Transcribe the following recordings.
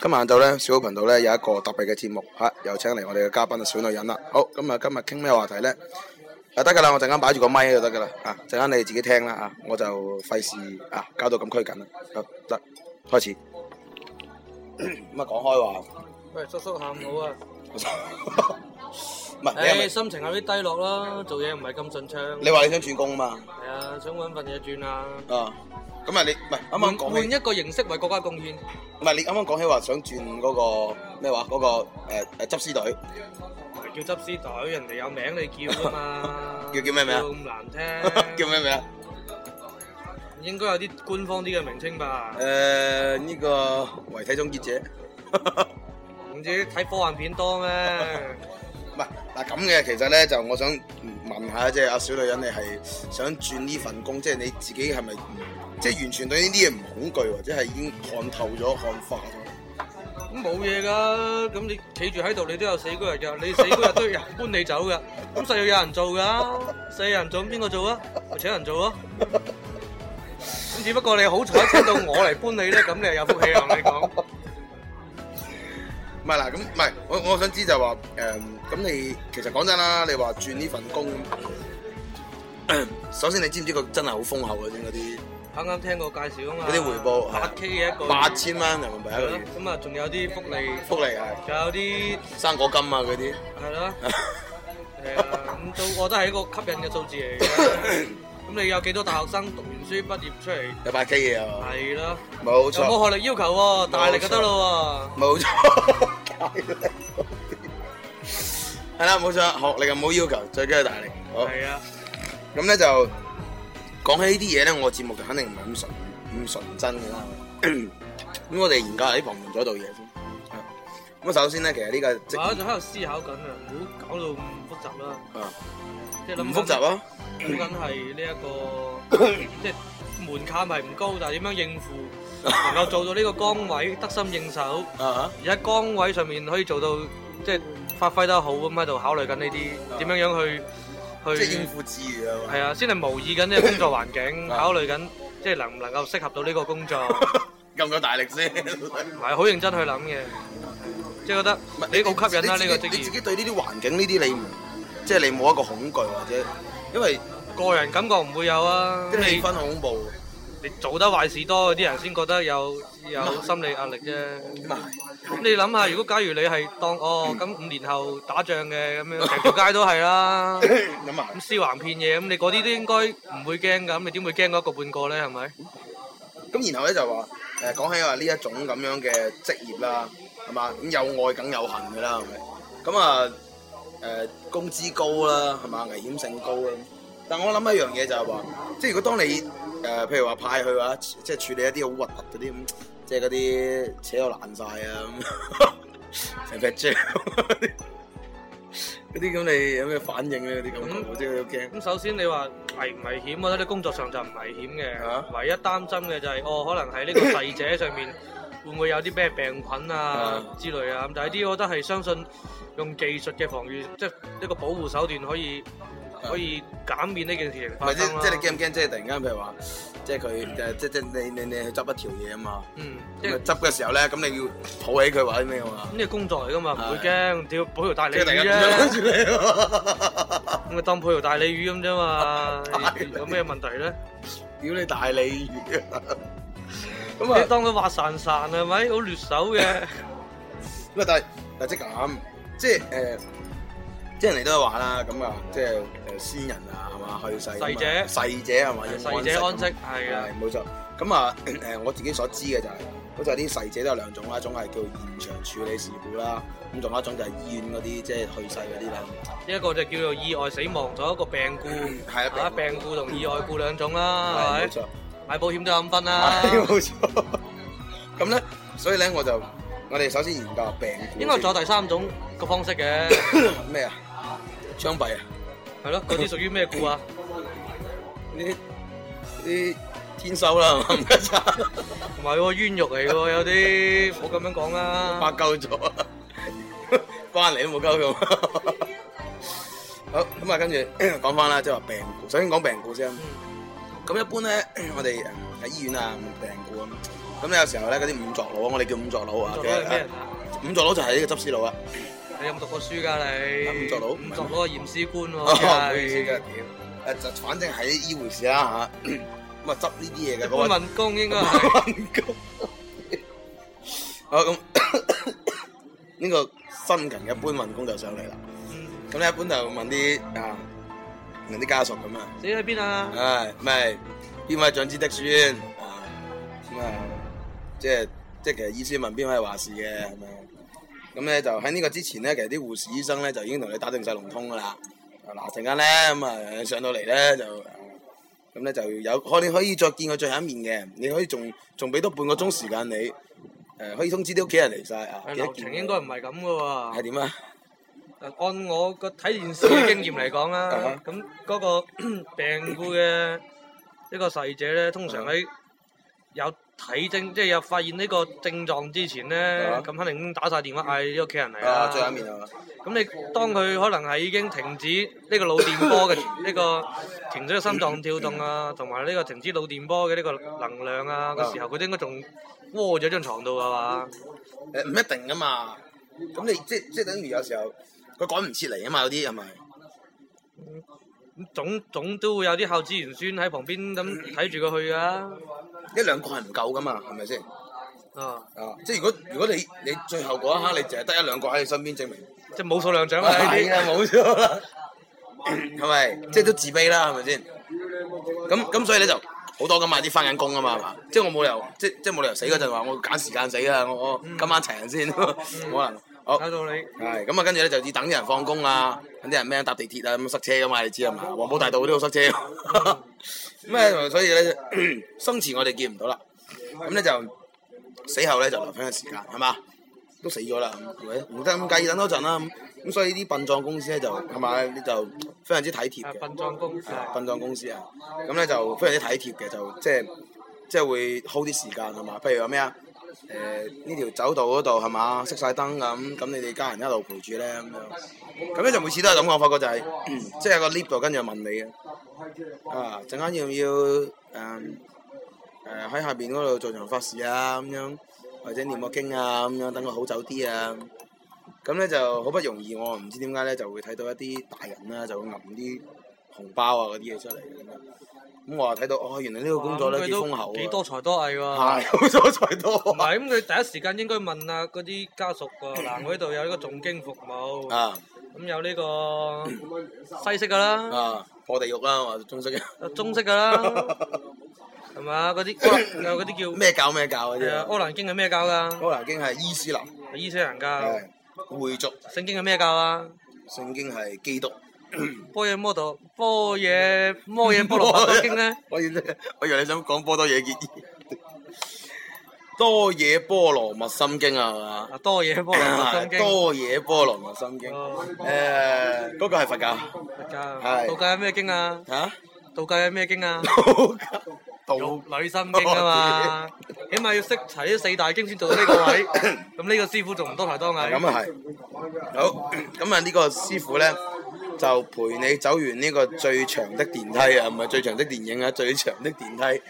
今晚晝咧，小好頻道咧有一個特別嘅節目嚇，又請嚟我哋嘅嘉賓啊，小女人啦。好，咁啊，今日傾咩話題咧？啊，得噶啦，我陣間擺住個咪就得噶啦。啊，陣間你自己聽啦啊，我就費事啊，搞到咁拘謹啦。得得，開始。咁啊，講開話，喂，叔叔下午好啊！唔係你係唉，咪心情有啲低落啦，做嘢唔係咁順暢。你話你想轉工啊嘛？係啊，想揾份嘢轉啊！啊，咁啊，你唔係啱啱換講換起，一個形式為國家貢獻。唔係你啱啱講起話想轉嗰個咩話嗰個誒誒執屍隊，？唔係叫執屍隊，人哋有名你叫噶嘛 叫叫咩名啊叫咁難聽， 叫咩名啊？應該有啲官方啲嘅名稱吧？誒呢個遺體終結者，唔知睇科幻片多咩？唔係嗱咁嘅，其實咧就我想問下，即係阿小女人，你係想轉呢份工，即係你自己係咪即係完全對呢啲嘢唔恐懼，或者係已經看透咗、看化咗？咁冇嘢噶，咁你企住喺度，你都有死嗰日噶，你死嗰日都有人搬你走噶，咁實要有人做噶，實有人做，咁邊個做啊？咪請人做咯。咁只不過你好彩請到我嚟搬你咧，咁你又有福氣啦，我同你講。唔係嗱，咁唔係我我想知就係話誒，咁、你其實講真啦，你話轉呢份工，首先你知唔知佢真係好豐厚嘅先嗰啲啱啱聽過介紹啊嘛，嗰啲回報係八 K 嘅一個月八，千蚊人民幣一係個咯月，咁啊仲有啲福利，福利係仲有啲生果金啊嗰 啲。係咯。係啊，咁都我覺得係一個吸引嘅數字嚟嘅。咁你有幾多大學生讀完書畢業出嚟？有八 K 嘢啊！係啦。冇又錯。冇學歷要求喎，大力就得咯冇錯，大力係啦，冇錯，學歷就冇要求，最緊要大力。好喎。，係啊，咁咧就講起呢啲嘢咧，我節目就肯定唔係咁純咁純真嘅啦。咁我哋研究下呢旁門左道嘢先。係咁啊，首先咧，其實呢個職我仲喺度思考緊啊，唔好搞到咁複雜啦，啊即係唔諗複雜啊，啊，諗緊係呢 一個即係門檻係唔高，但係點樣應付，能夠做到呢個崗位得心應手，啊而喺崗位上面可以做到即係發揮得好咁喺度考慮緊呢啲點樣樣去即係去應付自如啊。係啊，先係模擬緊呢個工作環境，啊考慮緊即係能唔能夠適合到呢個 工作。夠唔夠大力先？唔係好認真去諗嘅，即係覺得你好吸引啦呢個職你自己你自己業，對呢啲環境呢啲你唔即係你冇一個恐懼或者因為個人感覺唔會有啊。啲氣你氛好恐怖。你做得壞事多嗰啲人先覺得有有心理壓力啫。咁 啊係咁你諗下，如果假如你係當哦咁五年後打仗嘅咁樣，成條街都係啦，咁啊咁屍橫遍野，咁你嗰啲都應該唔會驚咁，你點會驚嗰一個半個咧？係咪？係，咁然後咧就話誒講起話呢一種咁樣嘅職業啦，係嘛？咁有愛梗有恨㗎啦，係咪？咁啊誒工資高啦，係嘛？危險性高啦。但我諗一樣嘢就係話，即係如果當你誒、呃譬如話派去話，即係處理一啲好核突嗰啲咁，即係嗰啲扯到爛晒啊咁， 成劈張嗰啲咁，你有咩反應咧？嗰啲感覺，我真係好驚。咁首先你話危唔危險？我覺得你工作上就唔危險啊嘅，唯一擔心嘅就係哦，可能喺呢個逝者上面會唔會有啲咩病菌啊啊之類啊。咁但係呢啲我覺得係相信用技術嘅防禦，即係一個保護手段可以啊可以減免呢件事情唔發係即生啦。即係你驚唔驚？即係突然間譬如話，即係佢誒，即即你你你去執一條嘢啊嘛，嗯，即咁係啊執嘅時候咧，咁你要抱起佢或者咩啊嘛咁，呢個工作嚟噶嘛，唔會驚，屌抱條大即鯉係突然魚間攬啫，住你啊嘛，咁咪當抱條大鯉魚咁 啫嘛大鯉，魚有咩問題咧？ 屌你大鯉魚啊！咁你啊，當佢滑潺潺係咪？好劣手嘅，咁啊，但係但係即係咁，即係誒，即係人哋都話啦，咁啊，即係誒先人啊，係嘛，去世啊嘛逝者逝者係嘛，要逝者安息咁係啊。係冇錯。咁啊，誒我自己所知嘅就係、好似係啲逝者都有兩種啦，一種係叫現場處理事故啦，咁仲有一種就係醫院嗰啲即係去世嗰啲啦。一個就叫做意外死亡，仲有一個病故，係啊啊，病故同意外故兩種啦，係係冇錯，咪？買保險都有咁分啦，係冇錯。咁咧，所以咧我就我哋首先研究下病故先。應該仲有 第三種個方式嘅，咩啊？槍斃啊！係咯，嗰啲屬於咩故啊？呢啲呢啲天收啦，係嘛唔該晒，唔係喎，冤獄嚟嘅喎，有啲冇咁樣講發啦。鳩咗 啊，翻嚟都冇鳩用。 好咁啊，跟住 講翻啦，即係話病故。首先講病故先。嗯呃咁一般咧，我哋誒喺醫院啊，病故咁，咁咧有時候咧嗰啲五作佬，我哋叫五作佬啊，作其佬係咩實人啊？五作佬就係呢個執屎佬啊，你有冇讀過書㗎你？五作佬五作佬係驗屍官喎。唔 好意思哦真係嘅，誒就反正係呢回事啦嚇，咁啊執呢啲嘢嘅一嗰般個民 工應該係好咁 呢個辛勤嘅搬運工就上嚟啦，嗯咁咧一般就問啲啊問啲家屬咁啊。死喺邊啊？唉，咪邊位長子嫡孫啊？咁啊，即係即係其實意思問邊位話事嘅係咪？咁咧就喺呢個之前咧，其實啲護士醫生咧就已經同你打定晒龍通噶啦。啊嗱，陣間咧咁啊上到嚟咧就啊咁咧就有可你可以再見佢最後一面嘅，你可以仲仲俾多半個鐘時間你，誒、可以通知啲屋企人嚟晒啊。記得流見程佢應該唔係咁嘅係點啊？喎。按我個睇電視嘅經驗嚟講啦 啊，咁嗰個 病故嘅一個逝者咧，通常啊喺有睇症，即係有發現呢個症狀之前咧，啊咁肯定已經打晒電話嗌啲屋企人嚟啊，啦。最後一面係嘛？咁你當佢可能係已經停止呢個腦電波嘅 呢個停止咗心臟跳動啊，同埋呢個停止腦電波嘅呢個能量啊嘅時候，佢應該仲窩咗張床度係嘛？誒唔一定噶嘛，咁你即即等於有時候佢趕唔切嚟啊嘛，有啲係咪？咁總總都會有啲孝子賢孫喺旁邊咁睇住佢去啊噶。一兩個係唔夠噶嘛，係咪先？啊，啊，即係如果如果你你最後嗰一刻你淨係得一兩個喺你身邊證明，即係冇數量獎啊！呢係啲啊，冇錯啦，係咪？即係都自卑啦，係咪先？咁咁所以咧就好多咁嘛，啲翻緊工啊嘛，係嘛？即係我冇理由，即即係冇理由死嗰陣話我揀時間死啊，我我今晚齊人先， 冇可能。好。睇到你係咁啊，跟住咧就要等啲人放工啊，等啲人咩搭地鐵啊，咁塞車噶嘛，你知係嘛？嗯黃埔大道嗰啲好塞車，咁啊，所以咧 生前我哋見唔到啦，咁咧就死後咧就留翻個時間係嘛？都死咗啦，係咪？唔得咁介意等多陣啦，咁咁所以啲殯葬公司咧就係嘛，你就非常之體貼啊嘅。殯葬公司係殯葬公司啊，咁咧就非常之體貼嘅，就即係即係會 hold 啲時間係嘛？譬如話咩啊？誒呢條走道嗰度係嘛，熄晒燈咁，咁你哋家人一路陪住咧咁樣，咁咧就每次都係咁，我發覺就係、 即係有個 lift 度跟住問你嘅，啊陣間要唔要誒誒喺下邊嗰度做場法事啊咁樣，或者念個經啊咁樣，等佢好走啲啊。咁咧就好不容易，我唔知點解咧就會睇到一啲大人啦，就會揞啲紅包啊嗰啲嘢出嚟嘅咁樣。咁我話睇到哦，原來呢個工作咧嗯哇咁佢幾都豐厚啊，幾多才多藝 喎。係好多才唔多係咁，佢第一時間應該問下嗰啲家屬喎。嗱，我呢度有呢個重經服務。啊咁有呢個西式噶啦，啊破地獄啦，或者中式 嘅有中式噶啦，係嘛？嗰啲有嗰啲叫咩教咩教嗰係啊？啲柯啊。蘭經係咩教㗎？柯南經係伊斯蘭，係伊斯蘭教。係回族，聖經係咩教啊？聖經係基督。波野摩多波野摩野 波羅蜜多經咧，我以為我以為你想講波多野結衣，多野波羅蜜心經啊係嘛？啊多野波羅蜜 À, 心經。多野波羅蜜心經，哦誒嗰個係佛教佛教係道教有咩經啊？嚇，道教有咩 經啊？道教道玉女心經啊嘛，起碼要識齊呢四大經先做到呢個 位。咁呢個師傅仲唔多才多藝？咁啊係，好咁啊呢個師傅咧就陪你走完呢個最長的電梯啊，唔係最長的電影啊，最長的電梯。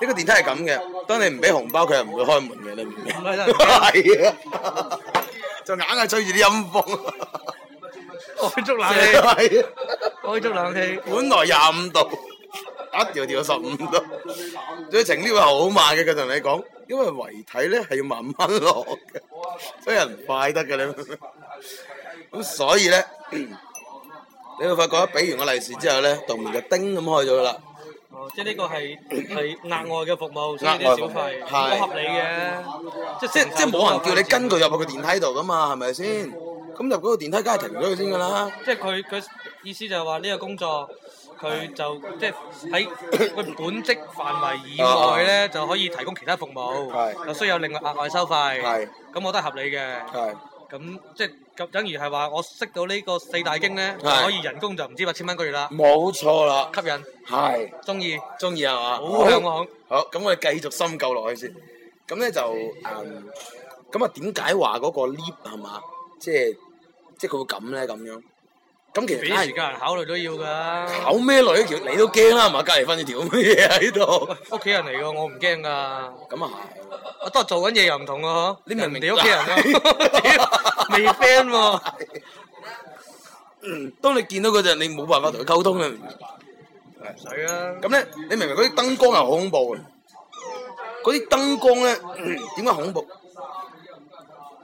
呢個電梯係咁嘅，當你唔俾紅包，佢係唔會開門嘅，你明唔明？唔係真係啊， 就硬係吹住啲陰風。開足 冷氣。係啊，開足冷氣， 本來廿五度，一條掉到十五度。最情呢個係好慢嘅，佢同你講，因為遺體咧係要慢慢落嘅，所以人唔快得嘅你明唔明。咁所以咧， 你會發覺一俾完個利是之後咧，道門就叮咁開咗啦。哦，即係呢個係係額外嘅服務，所額以外啲服小務費係都合理嘅，即係即即冇人叫你跟佢入去個電梯度噶嘛，係咪先？咁入嗰個電梯梗係停咗佢先㗎啦。即係佢佢意思就係話呢個工作，佢就即係 喺佢本職範圍以外咧，就可以提供其他服務，係就需要有另外額外收費，係咁我覺得合理嘅。係咁即係咁等於係話，我識到呢個四大經咧，就係可以人工就唔知八千蚊個月啦，冇錯啦，吸引係啊中意，中意係嘛？好向往。好，咁我哋繼續深究落去先。咁咧就誒，嗯咁啊點解話嗰個 lift 係嘛？即係即係佢會咁咧咁樣？咁其俾實時唉間人考慮都要㗎。考咩女條你都驚啦，係嘛？隔離瞓住條咁嘅嘢喺度，屋企人嚟㗎，我唔驚㗎。咁啊係。我都係做緊嘢又唔同喎，你明唔明人哋屋企人啊？ 屌未 friend 喎，嗯，當你見到嗰陣，你冇辦法同佢溝通啦。唔使啊。咁咧，你明唔明嗰啲燈光係好恐怖嘅？嗰啲燈光咧，嗯 點解恐怖？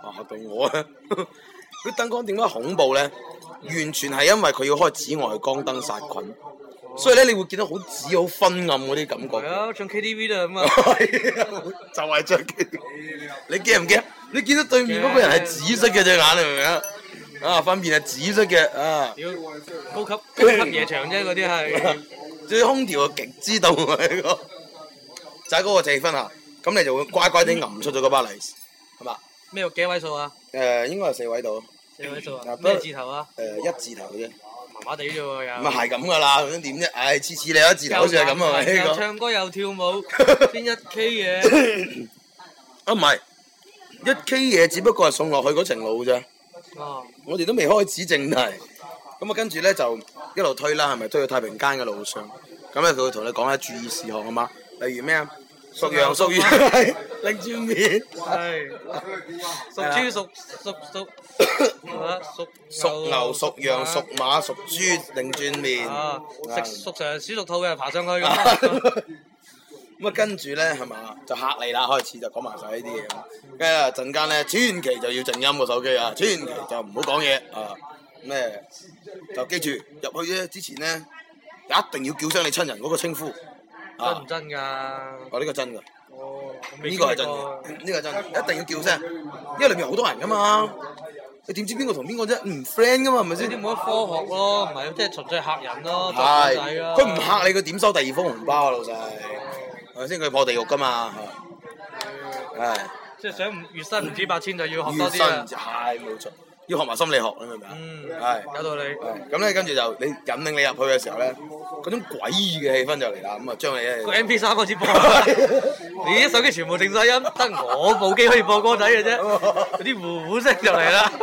啊，嚇到我啊！ 嗰啲燈光點解恐怖咧？完全係因為佢要開紫外光燈殺菌，所以咧你會見到好紫、好昏暗嗰啲感係覺。啊，唱 KTV 都係咁啊。係啊 就係着機。你驚唔驚？你見到對面嗰個人係紫色嘅隻眼，你明唔明啊？啊，塊面係紫色嘅啊！屌，高級高級夜場啫，嗰啲係。 最啊空調啊，極之到啊！呢個就喺嗰個氣氛下，咁你就會乖乖地揞出咗嗰把利是，係嘛？咩幾多位數啊？誒、應該係四位度，誒、四位數啊嗱？不過咩字頭啊？一字頭嘅啫，麻麻地啫喎又。咁啊係咁噶啦，咁點啫？唉、次次你有一字頭好似係咁啊，係咪又呢唱歌又跳舞， 先一 K 個嘢。？ 啊唔係，一 K 嘢只不過係送落去嗰程路啫，哦，我哋都未開始正題，咁啊跟住咧就一路推啦，係咪推去太平間嘅路上？咁咧佢會同你講下注意事項啊嘛，例如咩啊？屬羊屬魚， 拎住面。係。屬豬屬屬屬係嘛？屬啊屬牛、屬羊、屬馬、屬豬，擰轉面。啊！啊食屬蛇鼠屬兔嘅爬上去咁。 咁啊，跟住咧係嘛，就嚇你啦，開始就講埋晒呢啲嘢啦。跟住啊陣間咧，千祈就要靜音個手機啊，千祈就唔好講嘢啊。咁咧就記住入去咧之前咧，一定要叫聲你親人嗰個稱呼真啊唔。真㗎？哦，呢個真㗎，呢哦，我未個經歷係真過嘅，呢個真嘅，一定要叫聲，因為裏面好多人㗎嘛。你點知邊個同邊個啫？唔 friend 㗎嘛，係咪呢先啲？冇乜科學咯，唔係即係純粹嚇人咯，作係，仔咯。佢唔嚇你，佢點收第二封紅包啊，老細？係咪先？佢破地獄噶嘛？係，即係想唔月薪唔止八千就要學要多啲啦身。係冇錯，要學埋心理學，你明唔明啊？嗯，係有道理。係咁咧，跟住就你引領你入去嘅時候咧，嗰種詭異嘅氣氛就嚟啦。咁啊，將你咧個 M P 三開始播啦，你啲手機全部靜晒音，得我部機可以播歌仔嘅啫，有啲糊糊聲就嚟啦。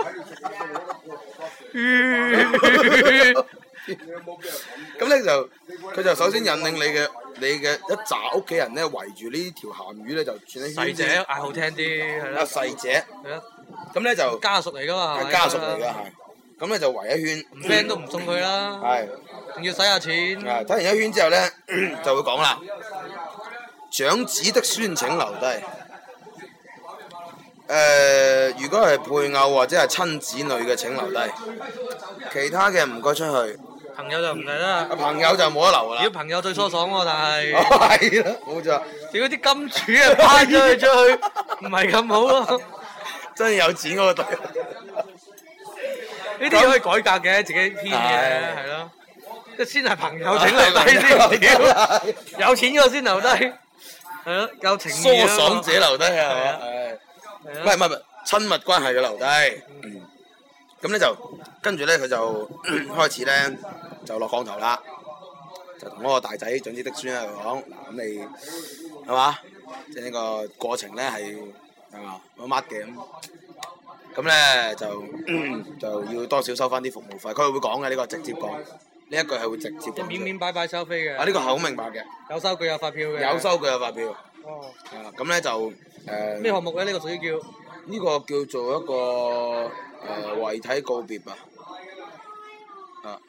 咁咧就佢就首先引領你嘅你嘅一紮屋企人咧圍住呢條鹹魚咧就轉一圈細姐嗌好聽啲，係啊啦，細姐，係啦，咁咧就家屬嚟噶嘛，係咪家屬嚟㗎，係咁咧就圍一圈唔 friend 都唔送佢啦，係。仲要使下錢。啊！睇完一圈之後咧， 就會講啦。長子的孫請留低。誒、呃如果係配偶或者係親子女嘅請留低，其他嘅唔該出去。朋友就唔係啦啊，，朋友就冇得留噶如果啦。哦朋友最疏爽喎，但係。À. 係啦，冇錯，屌啲金主啊，派咗佢出去，唔係咁好咯。真係有錢嗰個隊。呢啲可以改革嘅，自己編嘅係係咯。即係先係朋友請 留低先，屌有錢嗰個先留低，係咯，有情義疏啊爽者留低係係嘛係啊？係唔咯係唔係唔係親密關係嘅留低。咁咧就跟住咧佢 就開始咧就落降頭啦，就同嗰個大仔長子的孫喺度講嗱，咁你係嘛？即係呢個過程咧係係嘛乜乜嘅咁。咁咧 就就要多少收翻啲服務費，佢會講嘅呢個直接講，呢一句係會直接即係講免出嚟。免擺擺收飛啊，呢嘅，個係好明白嘅，有收據有發票嘅，有。收據有發票。哦，啊，咁咧就誒咩項目咧？呢個屬於叫 呢個叫做一個誒、呃、遺體告別啊！啊，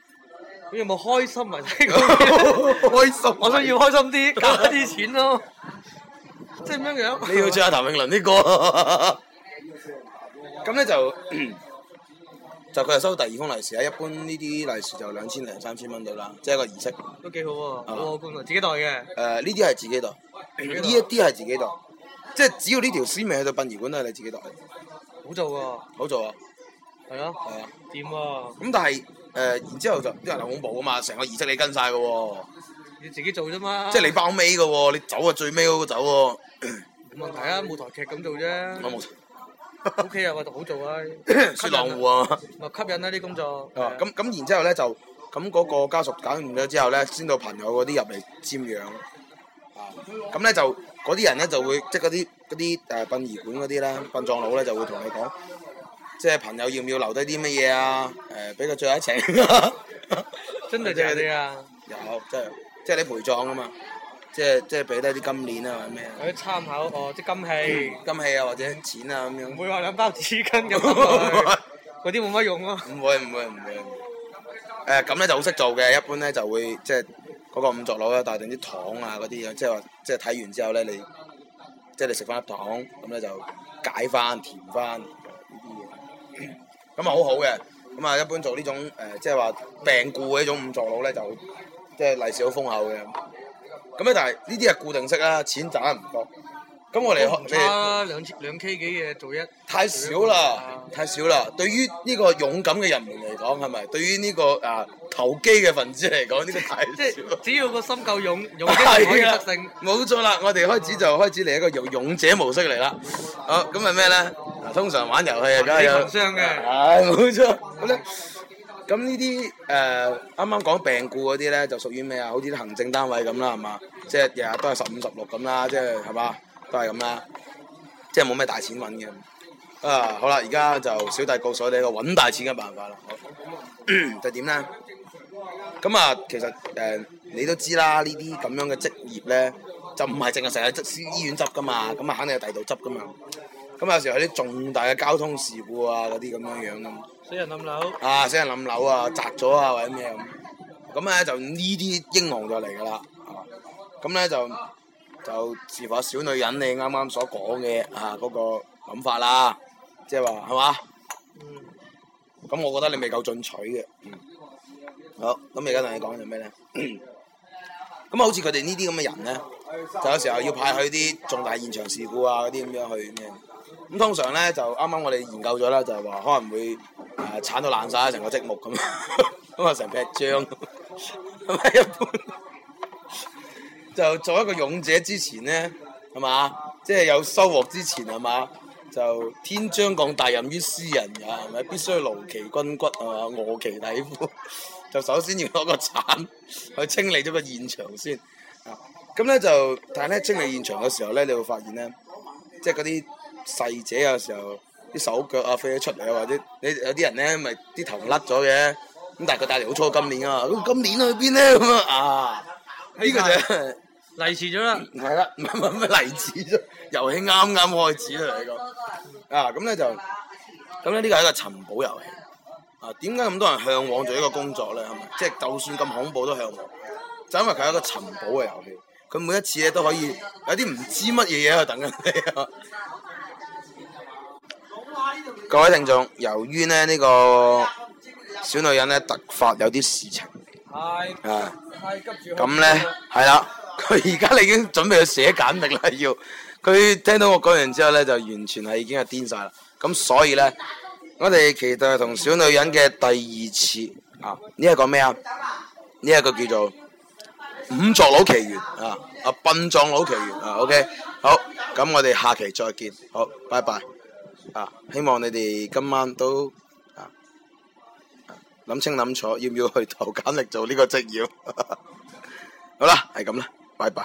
咁有冇開心啊？開心我想要開 心啲，夾啲錢咯，即係咁樣樣。你要唱下譚詠麟呢個。 咁咧就 就佢係收第二封利是啊，一般呢啲利是就兩千零三千蚊到啦，即係一個儀式。誒都幾好喎，好可觀啊，自己袋嘅。呢啲係自己度，呢一啲係自己度，即係只要呢條絲未去到殯儀館都係你自己度，好做好做啊，喎，係咯，係啊。掂喎。咁但係誒、呃然之後就啲人好恐怖啊嘛，成個儀式你跟晒嘅喎。你自己做啫嘛，即係你包尾嘅喎，你走啊最尾嗰個走 喎，冇問題啊，舞台劇咁做啫我冇，O K 啊，喂，好做啊， 雪狼湖啊嘛，咪吸引啦啲工作，啊咁咁然之後咧就咁嗰個家屬搞完咗之後咧，先到朋友嗰啲入嚟瞻仰，啊咁咧就呃嗰啲人咧就會即係嗰啲嗰啲誒殯儀館嗰啲咧殯葬佬咧就會同你講，即係朋友要唔要留低啲乜嘢啊？誒、俾佢最後一程， 真 係正啲啊！有即係即係你陪葬啊嘛，即係即係俾低啲金鏈啊或者咩啊有啲參考哦，即金器，金器啊或者錢啊咁唔樣。會話兩包紙巾咁 落去唔嗰啲冇乜用啊咯。會唔會唔會。誒咁咧就好識做嘅，一般咧就會即係嗰個五作佬咧帶定啲糖啊嗰啲嘢，即係話即係睇完之後咧你即係你食翻粒糖，咁咧就解翻填翻呢啲嘢，咁啊好好嘅。咁啊一般做呢種誒、即係話病故嘅呢種五作佬咧就即係利是好豐厚嘅。咁咧但係呢啲係固定式啦，錢賺得唔多。咁我哋都唔學你。差兩千兩 K 幾嘢做一，啊太少啦，太少啦。對於呢個勇敢嘅人們嚟講，係咪？對於呢、個啊投機嘅分子嚟講，呢、個太即少係啦。只要個心 夠勇，勇機可以係啊得勝。，冇錯啦！我哋開始就開始嚟一個勇勇者模式嚟啦。好，咁係咩咧？嗱，通常玩遊戲啊，梗係有群體群傷嘅係冇錯。咁咧，咁呢啲誒啱啱講病故嗰啲咧，就屬於咩啊？好似啲行政單位咁啦，係嘛？即係日日都係十五十六咁啦，即係係嘛？都係咁啦，即係冇咩大錢揾嘅。啊，好啦，而家就小弟告訴你一個揾大錢嘅辦法啦。好 就點咧？咁啊，其實誒、呃你都知啦，呢啲咁樣嘅職業咧，就唔係淨係成日執醫院執噶嘛，咁啊肯定係第二度執噶嘛。咁啊有時候有啲重大嘅交通事故啊，嗰啲咁樣樣咁，死人冧樓，啊死人冧樓啊，砸咗啊或者咩咁，咁咧就呢啲英雄就嚟噶啦，啊咁咧就就是否小女人你啱啱所講嘅啊嗰、個諗法啦，即係話係嘛？嗯，咁我覺得你未夠進取嘅。嗯好，咁而家同你講就咩咧？咁啊好似佢哋呢啲咁嘅人咧，就有時候要派去啲重大現場事故啊嗰啲咁樣去咩？咁通常咧就啱啱我哋研究咗啦，就係話可能會誒、呃、鏟到爛晒成個積木咁，咁啊成劈漿咁啊一般。就做一個勇者之前咧，係嘛？即係有收穫之前係嘛？就天將降大任於斯人也，係咪？必須勞其筋骨係嘛，餓其體膚。 就首先要攞個鏟去清理咗個現場先。啊，咁咧就，但係咧清理現場嘅時候咧，你會發現咧，即係嗰啲細者有時候啲手腳啊飛咗出嚟啊，或者你有啲人咧咪啲頭甩咗嘅，咁但係佢帶嚟好粗嘅金鏈啊，咁金鏈去邊咧咁啊？啊，呢、個就係利是咗啦，係啦，唔係唔係乜例子啫，遊戲啱啱開始啦，你講啊，咁咧就咁咧呢個係一個尋寶遊戲啊。點解咁多人向往做呢個工作咧？係咪？即係就算咁恐怖都向往，就因為佢係一個尋寶嘅遊戲。佢每一次咧都可以有啲唔知乜嘢嘢喺度等緊你啊！各位聽眾，由於咧呢、呢個小女人咧突發有啲事情太啊。太急住啊咁咧係啦， 佢而家已經準備去寫簡歷啦，要佢聽到我講完之後咧，就完全係已經係癲晒啦。咁所以咧，我哋期待同小女人嘅第二次啊，呢一個咩啊？呢一個叫做五作佬奇緣啊，啊笨撞佬奇緣啊。OK，好，咁我哋下期再見，好，拜拜啊！希望你哋今晚都啊諗清諗楚，要唔要去投簡歷做呢個職業？好啦，係咁啦，拜拜。